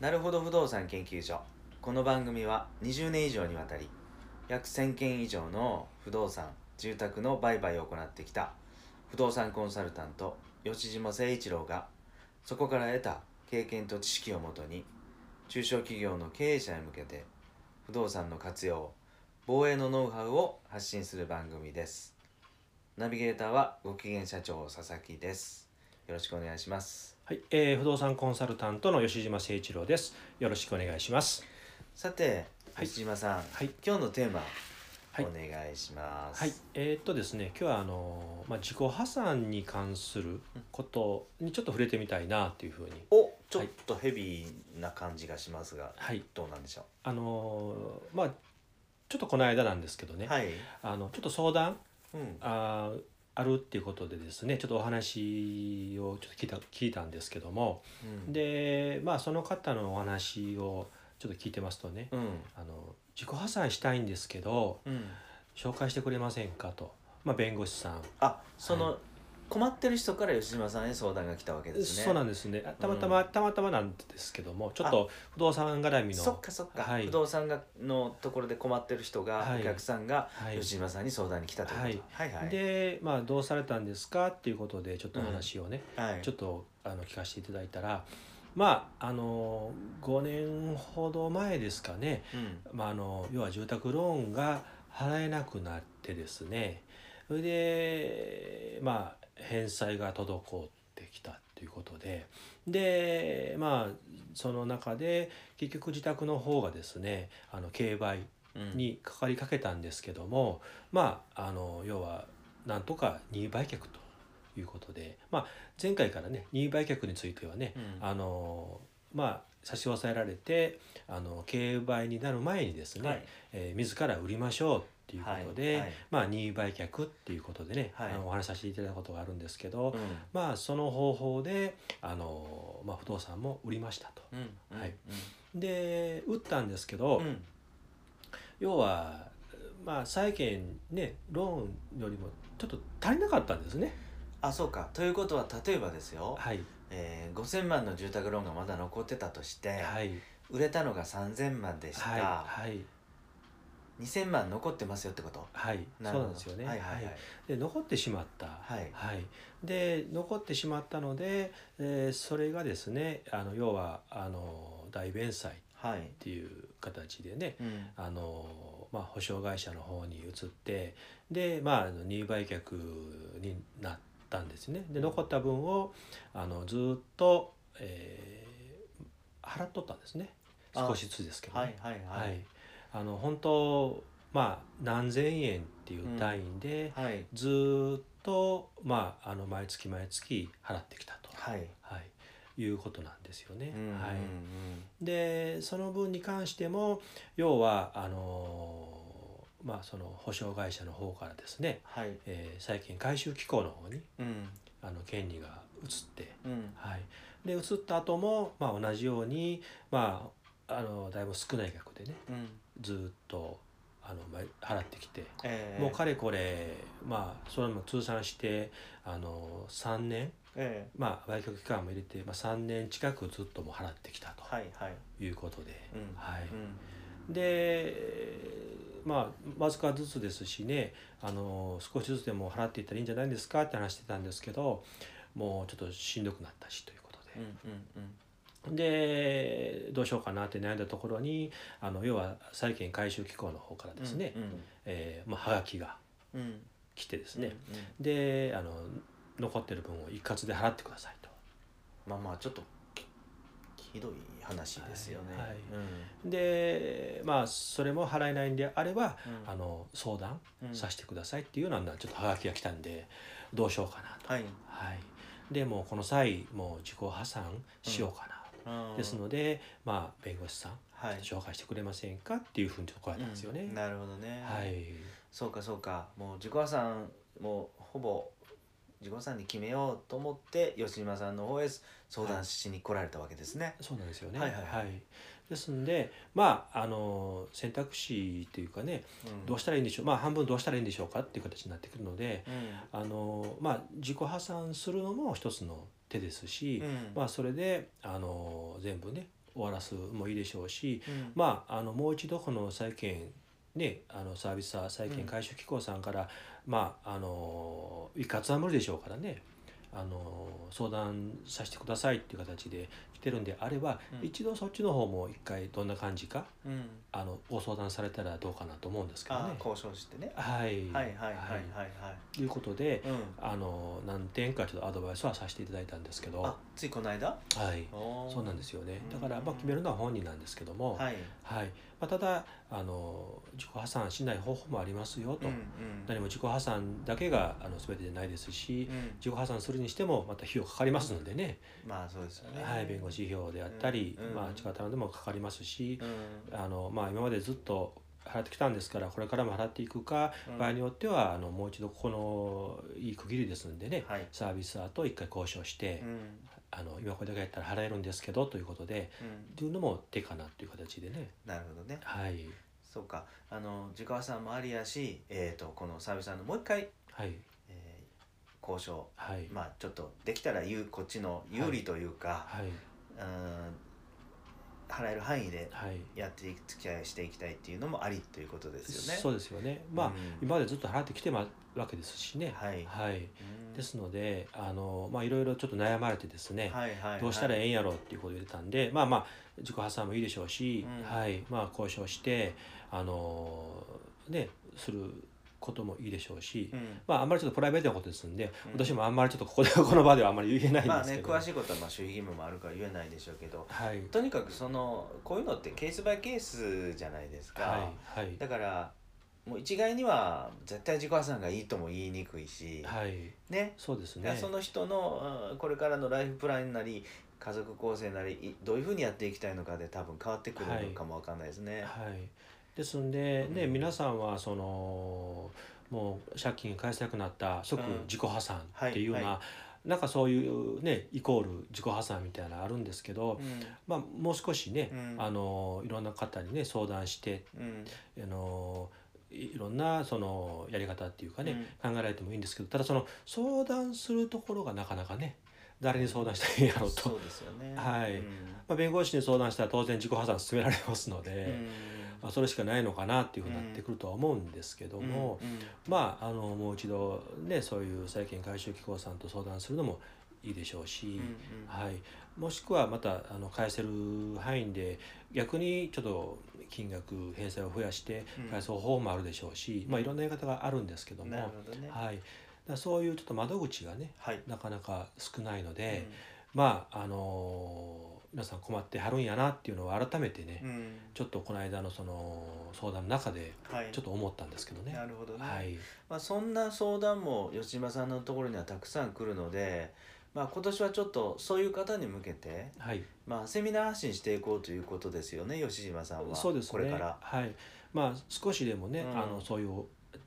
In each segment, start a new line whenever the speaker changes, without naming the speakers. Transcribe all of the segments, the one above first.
なるほど不動産研究所この番組は20年以上にわたり約1000件以上の不動産住宅の売買を行ってきた不動産コンサルタント吉島誠一郎がそこから得た経験と知識をもとに中小企業の経営者へ向けて不動産の活用防衛のノウハウを発信する番組ですナビゲーターはご機嫌社長佐々木ですよろしくお願いします
はい、えー不動産コンサルタントの吉島誠一郎です。よろしくお願いします。
さて
はい
吉島さん、
はい
今日のテーマ
はい
お願いします、
はい、えーっとですね、今日はあのーまあ自己破産に関することにちょっと触れてみたいなというふうに、
おちょっとヘビーな感じがしますが、
はい、
どうなんでしょ
あのーまあちょっとこの間なんですけど
う
ね、
はい、
あのちょっと相談
うん、
あーあるっていうことでですね、ちょっとお話をちょっと聞いた聞いたんですけども、
うん、
でまあその方のお話をちょっと聞いてますとね、
うん
あの自己破産したいんですけど。
うん
紹介してくれませんかと、まあ、弁護士さん、
あその、
は
困ってる人から吉島さんへ相談が来たわけですね
そうなんですねあたまたま、
うん
たまたまなんですけどもちょっと不動産絡みの
そっかそっか、
はい
不動産がのところで困ってる人が、
はい
お客さんが
はい
吉島さんに相談に来たということ、はい、はいはい
で、まあ、どうされたんですかっていうことでちょっとお話をね、ちょ
っ
っとあの聞かせていただいたらまああの5年ほど前ですかね、
と、うん
まあ、あの要は住宅ローンが払えなくなってですねそれでまあ返済が滞ってきたということででまあその中で結局自宅の方がですねあの競売
うん
にかかりかけたんですけども、まああの要はなんとか任意売却ということで、まあ、前回からね任意売却についてはね
うん
あのまあ差し押さえられてあの競売になる前にですね、
はい
えー自ら売りましょうっていうことで、
はいはい
まあ任意売却っていうことでね、
はい
あのお話しさせていただいたことがあるんですけど、
うん
まあその方法であの、まあ、不動産も売りましたと。
うんうん
はいで売ったんですけど、
うんうん
要はまあ債権ねローンよりもちょっと足りなかったんですね。
あそうかということは例えばですよ、
はい、
えー、5,000万の住宅ローンがまだ残ってたとして、
はい、
売れたのが3,000万でした、
はい、はい、
2,000万残ってますよってこと
はい、そうなんですよね。
はいはい
はいで残ってしまった、
はい
で残ってしまったので、えーそれがですねあの要はあの大弁済っ
はい、はい
ていう形でね
うん
あの、まあ、保証会社の方に移ってで、まあ、あの任意売却になったんですねで残った分をあのずっと、えー払っとったんですね
あ
少しずつですけどね。
はいはいは
はいい、あの本当まあ何千円っていう単位で、
はい
ずーっと、まあ、あの毎月毎月払ってきたと、
はい
はい、いうことなんですよね。
うんうんうん
はい、でその分に関しても要はあのーまあ、その保証会社の方からですね、
はい
えー債権回収機構の方に
うん
あの権利が移って、
うん
はい、で移った後もまあ、同じように、まあ、あのだいぶ少ない額でね
うん
ずーっとあのま払ってきて。
えー
もうかれこれまあそれも通算してあの3年
え
まあ売却期間も入れて、まあ、3年近くずっともう払ってきた
ー、はいはい
ということで、
うん
はい
うん
でまあわずかずつですしねあの少しずつでも払っていったらいいんじゃないですかって話してたんですけどもうちょっとしんどくなったしということ
う
で
んうんうん
でどうしようかなって悩んだところにあの要は債権回収機構の方からですね、
うん
えーまあ、はがきが
うんうん
来てですね、
うんうん
であの残ってる分を一括で払ってくださいと。
まあまあちょっときひどい話ですよね
はいはい
うん
でまあそれも払えないんであれば、
うん
あの相談
うん
させてくださいっていうようなちょっとはがきが来たんでどうしようかなと。
はい
はい、でもうこの際もう自己破産しようかな、
うん
ですので、まあ、弁護士さん
はい
紹介してくれませんかっていうふうにちょっと来られたんですよね。
うんなるほどね
はい、
そうかそうかもう自己破産もうほぼ自己破産に決めようと思って吉島さんの方へ相談しに来られたわけですね。
そうなんですよね、
はいはいはい
ですんでまああの選択肢というかねどうしたらいいんでしょうまあ半分どうしたらいいんでしょうかっていう形になってくるので
うん
あのまあ自己破産するのも一つの手ですし、
うん
まあそれであの全部ね終わらすもいいでしょうし、
うん
まあ、あのもう一度この債権ね、あのサービスは債
うん
権回収機構さんから、まああの一括は無理でしょうからねあの相談させてくださいっていう形で来てるんであれば、
うん
一度そっちの方も一回どんな感じか
うん
あのご相談されたらどうかなと思うんですけど
あ
ね
ー。交渉してね
はい、
はいはいはい
は
はいはい
ということで
うん
あの何点かちょっとアドバイスはさせていただいたんですけど、
あ
は
ついこの間
い、そうなんですよね
うん
だから、まあ、決めるのは本人なんですけども、
はい
はいまあ、ただあの自己破産しない方法もありますよと、
うん
何も自己破産だけがあの全てじゃないですし、
うんうん
自己破産するにしてもまた費用かかりますのでね、
まあそうですよね
はい、弁護士費用であったり、
うん
ま
う
あ、
ん
力頼んでもかかりますし、
うん
あのまあ、今までずっと払ってきたんですからこれからも払っていくか、場合によってはあのもう一度ここのいい区切りですんでね、
はい
サービスアーと一回交渉して、
うん
あの今これだけやったら払えるんですけどということで
うん
っていうのも手かなっていう形でね
なるほどね
はい
そうかあの自家さんもありやしえっとこのサービスさんのもう一回
はい
えー交渉
はい、
まあちょっとできたら言うこっちの有利というか
はい
うん払える範囲で
はい
やっていく付き合いしていきたいっていうのもありということですよね
そうですよねまあ、
うん
今までずっと払ってきてまわけですしね
はいうん
ですのであのまあいろいろちょっと悩まれてですね、
はいはいはい
どうしたらええんやろうっていうことを言ってたんでまあまあ自己破産もいいでしょうし、
うん
はいまあ交渉してあのねすることもいいでしょうし、
うん
まああんまりちょっとプライベートなことですんで、
うん
私もあんまりちょっとここで この場ではあんまり言えないん
ま
で
あ
すけ
ね
ど、
詳しいことはまあ守秘義務もあるから言えないでしょうけど
はい
とにかくそのこういうのってケースバイケースじゃないですか、
はいはい
だからもう一概には絶対自己破産がいいとも言いにくいし、
はい
ね
そうです
だから
ね
その人のうんこれからのライフプランなり家族構成なりいどういうふうにやっていきたいのかで多分変わってくるのかもわかんないですね。
はい、ですんで、ね
うん
皆さんはそのもう借金返せなくなった即
うん
自己破産
はい
っていうような、
は
なんかそういうねイコール自己破産みたいなのあるんですけど、まあ、もう少しね、
うん
あのいろんな方にね相談して
うんうん
あのいいろんなそのやり方っていうかね、考えられてもいいんですけどただその相談するところがなかなかね誰に相談したらいいんやろうと、
そうですよね。
はい
うん
まあ、弁護士に相談したら当然自己破産勧められますので。まあ、それしかないのかなっていうふうになってくるとは思うんですけど
うん
も、
うん
まああのもう一度ねそういう債権回収機構さんと相談するのもいいでしょう
う
し、
んうん
はい、もしくはまたあの返せる範囲で逆にちょっと金額返済を増やして
うん
返す方法もあるでしょうし、まあ、いろんなやり方があるんですけども、
なるほどね。
はい、だからそういうちょっと窓口がね
はい。
なかなか少ないの
う
で、
ん
まああの皆さん困ってはるんやなっていうのを改めてね、
うん
ちょっとこの間のその相談の中で
はい、
ちょっと思ったんですけどね。
なるほどね、
はい、
まあ、そんな相談も吉島さんのところにはたくさん来るので、まあ、今年はちょっとそういう方に向けて、
はい、
まあ、セミナー発信していこうということですよね吉島さんは
そうですね。
これから。
はい、まあ少しでもね、
うん
あのそういう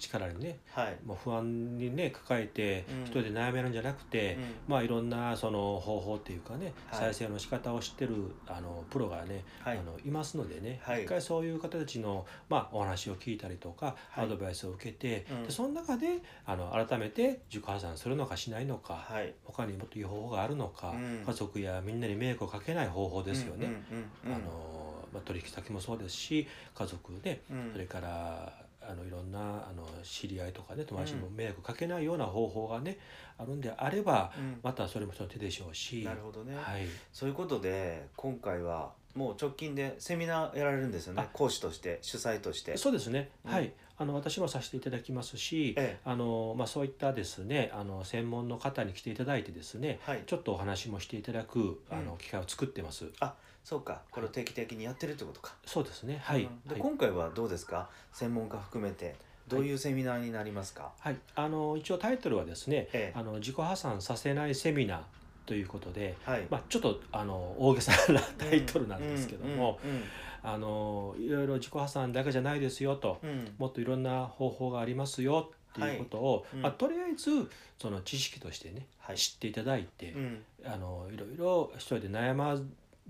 力にね、
はい、
もう不安にね抱えて
うん
一人で悩めるんじゃなくて、
うん
まあいろんなその方法っていうかね、
はい
再生の仕方を知ってるあのプロがね、
はい
あのいますのでね、
はい
一回そういう方たちのまあお話を聞いたりとか、
はい
アドバイスを受けて、
うん
でその中であの改めて自己破産するのかしないのか、
はい
他にもっといい方法があるのか、
うん
家族やみんなに迷惑をかけない方法ですよね。
うんうんうんうん
あのまあ、取引先もそうですし家族で
うん
それからあのいろんなあの知り合いとかね友達にも
う
迷惑かけないような方法がねあるんであれば
うん
またそれもその手でしょうし。
なるほどね、
はい、
そういうことで今回はもう直近でセミナーやられるんですよね
あ
講師として主催として。
そうですね、
うん
はいあの私もさせていただきますし
え
あの、まあ、そういったですねあの専門の方に来ていただいてですね
えはい、
ちょっとお話もしていただくあ
う
の
ん
機会を作ってます、
そうかこれを定期的にやってるってことか。
そうですねはい、
うんで
はい
今回はどうですか専門家含めてどういうセミナーになりますか、
はい、あの一応タイトルはですね、
ええ
あの自己破産させないセミナーということで、
はい、
まあ、ちょっとあの大げさなタイトルなんですけども、
うんうん
あのいろいろ自己破産だけじゃないですよと
うんうん
もっといろんな方法がありますよっていうことを、
はいうん
まあ、とりあえずその知識としてね、
はい
知っていただいて、
うん
あのいろいろ一人で悩ま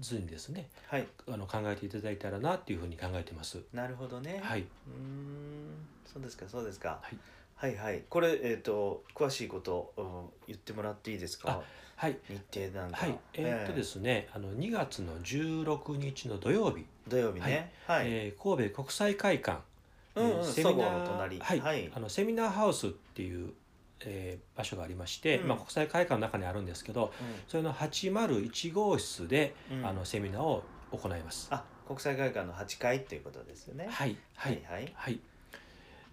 ずにですね
はい
あの考えていただいたらなっていうふうに考えてます。
なるほどね、
はい、
うーんそうですかそうですか、
はい
はいはいこれえっ、と詳しいこと、うん、言ってもらっていいですか
はい
日程なんか、、
はいえーっとですすねあの2月の16日の土曜日、
土曜日ねはい、
えー神戸国際会館えー
うんうん
セミナー
そごうの隣
はい
はい
あのセミナーハウスっていう、えー場所がありまして、
うん
まあ、国際会館の中にあるんですけどそれの801号室で、
うんうん
あのセミナーを行います。
あ国際会館の8階ということですよね
はい、はい
はい
はい、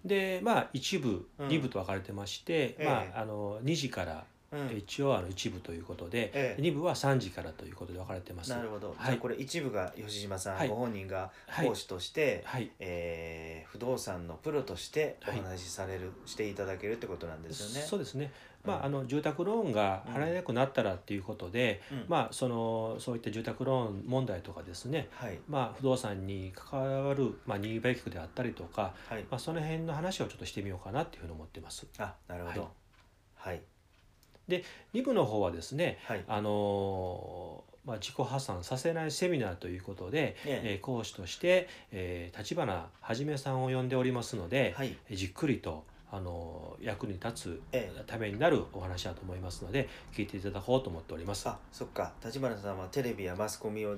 でまあ一部、
うん
二部と分かれてまして、
ええ
まあ、あの2時から
はい、うん
一応あの一部ということで、
ええ
二部は3時からということで分かれてます。
なるほど、
はい
じゃあこれ一部が吉島さん、
はい
ご本人が
はい
講師として、
はい
えー不動産のプロとしてお
はい
話しされる、していただけるってことなんですよね。
そうですね、ま
うん
あ、あの住宅ローンが払えなくなったらっていうことで、
うん
まあ、そのそういった住宅ローン問題とかですね、
はい
まあ、不動産に関わる、まあ、任意売却であったりとか、
はい
まあ、その辺の話をちょっとしてみようかなっていうふうに思ってます。
あなるほどはい
2部の方はですね、
はい、
あのーまあ、自己破産させないセミナーということで、え
ね
ー講師として、えー、立花はじめさんを呼んでおりますので、
はい
えーじっくりと、あのー役に立
ええ
つためになるお話だと思いますので聞いていただこうと思っております。
あそっか立花さんはテレビやマスコミを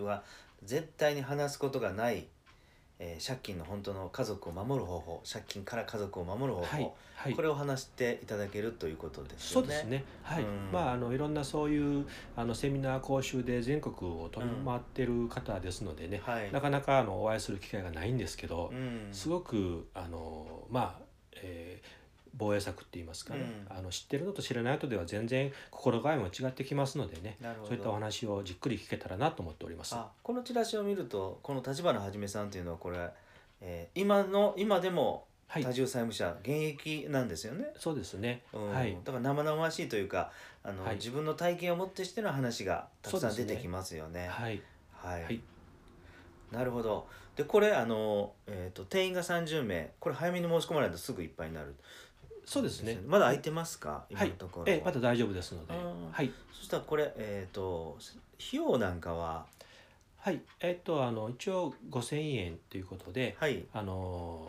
は絶対に話すことがない、えー借金の本当の家族を守る方法借金から家族を守る方法、
はい、はい
これを話していただけるということです
そ
よ
う
ね。
ですね。はい。
うん
まああのいろんなそういうあのセミナー講習で全国を飛び
うん
回ってる方ですのでね、
はい
なかなかあのお会いする機会がないんですけど、
うん
すごくあのまあ、えー防衛策って言いますかね、
うん
あの知ってるのと知らないのとでは全然心構えも違ってきますのでね、
なるほど
そういったお話をじっくり聞けたらなと思っております。
あこのチラシを見るとこの立花はじめさんというのはこれ、えー今の今でも
はい
多。重債務者現役なんですよね、
そうですね。
うん
はい
だから生々しいというかあの、
はい
自分の体験をもってしての話がたくさん出てきますよね。
はい。
はい、
はい
なるほどでこれあの、えー、と定員が30名これ早めに申し込まないとすぐいっぱいになる
そうですね
よ。まだ空いてますか今
は
の
い
とこ。ろは、
ええ、まだ大丈夫ですので、
あー
はい。
そしたらこれえっ、と費用なんかは
はい、えっとあの一応5,000円ということで、
はい
あの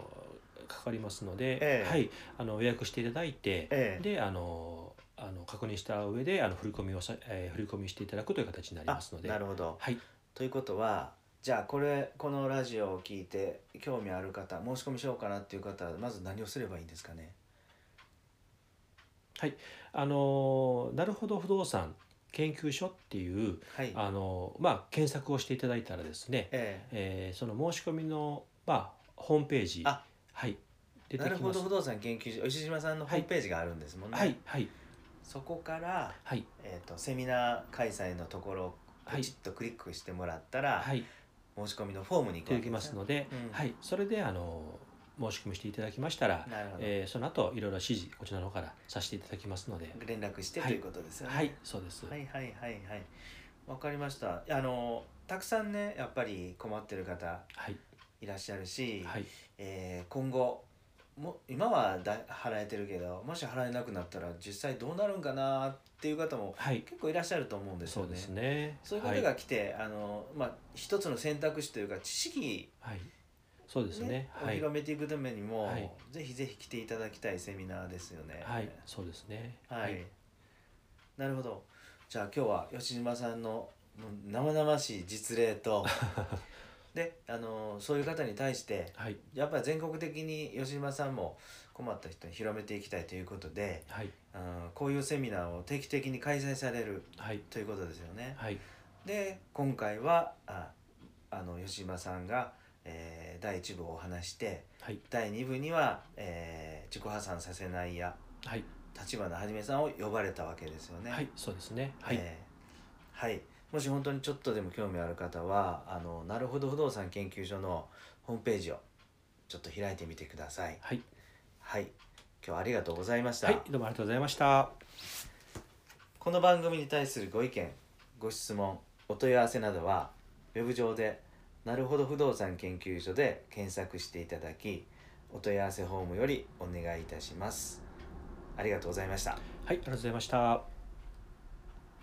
かかりますので、
ええ
はい、あの予約していただいて、
ええ
であのあの確認した上であの振り込みをさ、えー振り込みしていただくという形になりますので、
あなるほど
はい、
ということはじゃあこれこのラジオを聞いて興味ある方申し込みしようかなっていう方はまず何をすればいいんですかね
あのなるほど不動産研究所っていう
はい
あのまあ検索をしていただいたらですね、
ええ
えーその申し込みのまあホームページ、
あ
はい、出て
なる
き
ほ
ま
ど
す
不。動産研究所石島さんのホームページがあるんですもんね、
はいはい
そこから、
はい
えー、とセミナー開催のところを
は
ポ
い
チッとクリックしてもらったら、
はい。
申し込みのフォームに行く
できます
ね
ので、
うん
はい、それであの申し込みしていただきましたら、
なるほど、
えーその後いろいろ指示こちらの方からさせていただきますので、
連絡してと
はい
いうことですよね、
はい、そうです。
はいはいはいはいわかりましたあのたくさんねやっぱり困ってる方
はい、
いらっしゃるし、
はい、
えー今後も今はだ払えてるけどもし払えなくなったら実際どうなるんかなっていう方も
はい、
結構いらっしゃると思うんです
そ
よ
うで
ね。
すね。
そういう方が来て、あのまあ、一つの選択肢というか知識、
はい、はい、そう
ね
ですね。
を
はい、
広めていくためにも、
はい
ぜひぜひ来ていただきたいセミナーですよね。
はい、そうですね。
はい、なるほどじゃあ今日は吉島さんのもう生々しい実例 とであのそういう方に対して
はい、
やっぱり全国的に吉島さんも困った人に広めていきたいということで、
はい、
うん、こういうセミナーを定期的に開催される
はい、
ということですよね。
はい、
で今回はああの吉島さんが、えー第1部をお話して
はい、
第2部には、えー自己破産させないや
はい、
立花はじめさんを呼ばれたわけですよね。
はい、そうですね。はい、
えーはいもし本当にちょっとでも興味ある方はあのなるほど不動産研究所のホームページをちょっと開いてみてください。
はい、
はい、今日はありがとうございました、
はい、どうもありがとうございました。
この番組に対するご意見ご質問お問い合わせなどはウェブ上で「なるほど不動産研究所」で検索していただきお問い合わせフォームよりお願いいたしますありがとうございました
はい、ありがとうございました。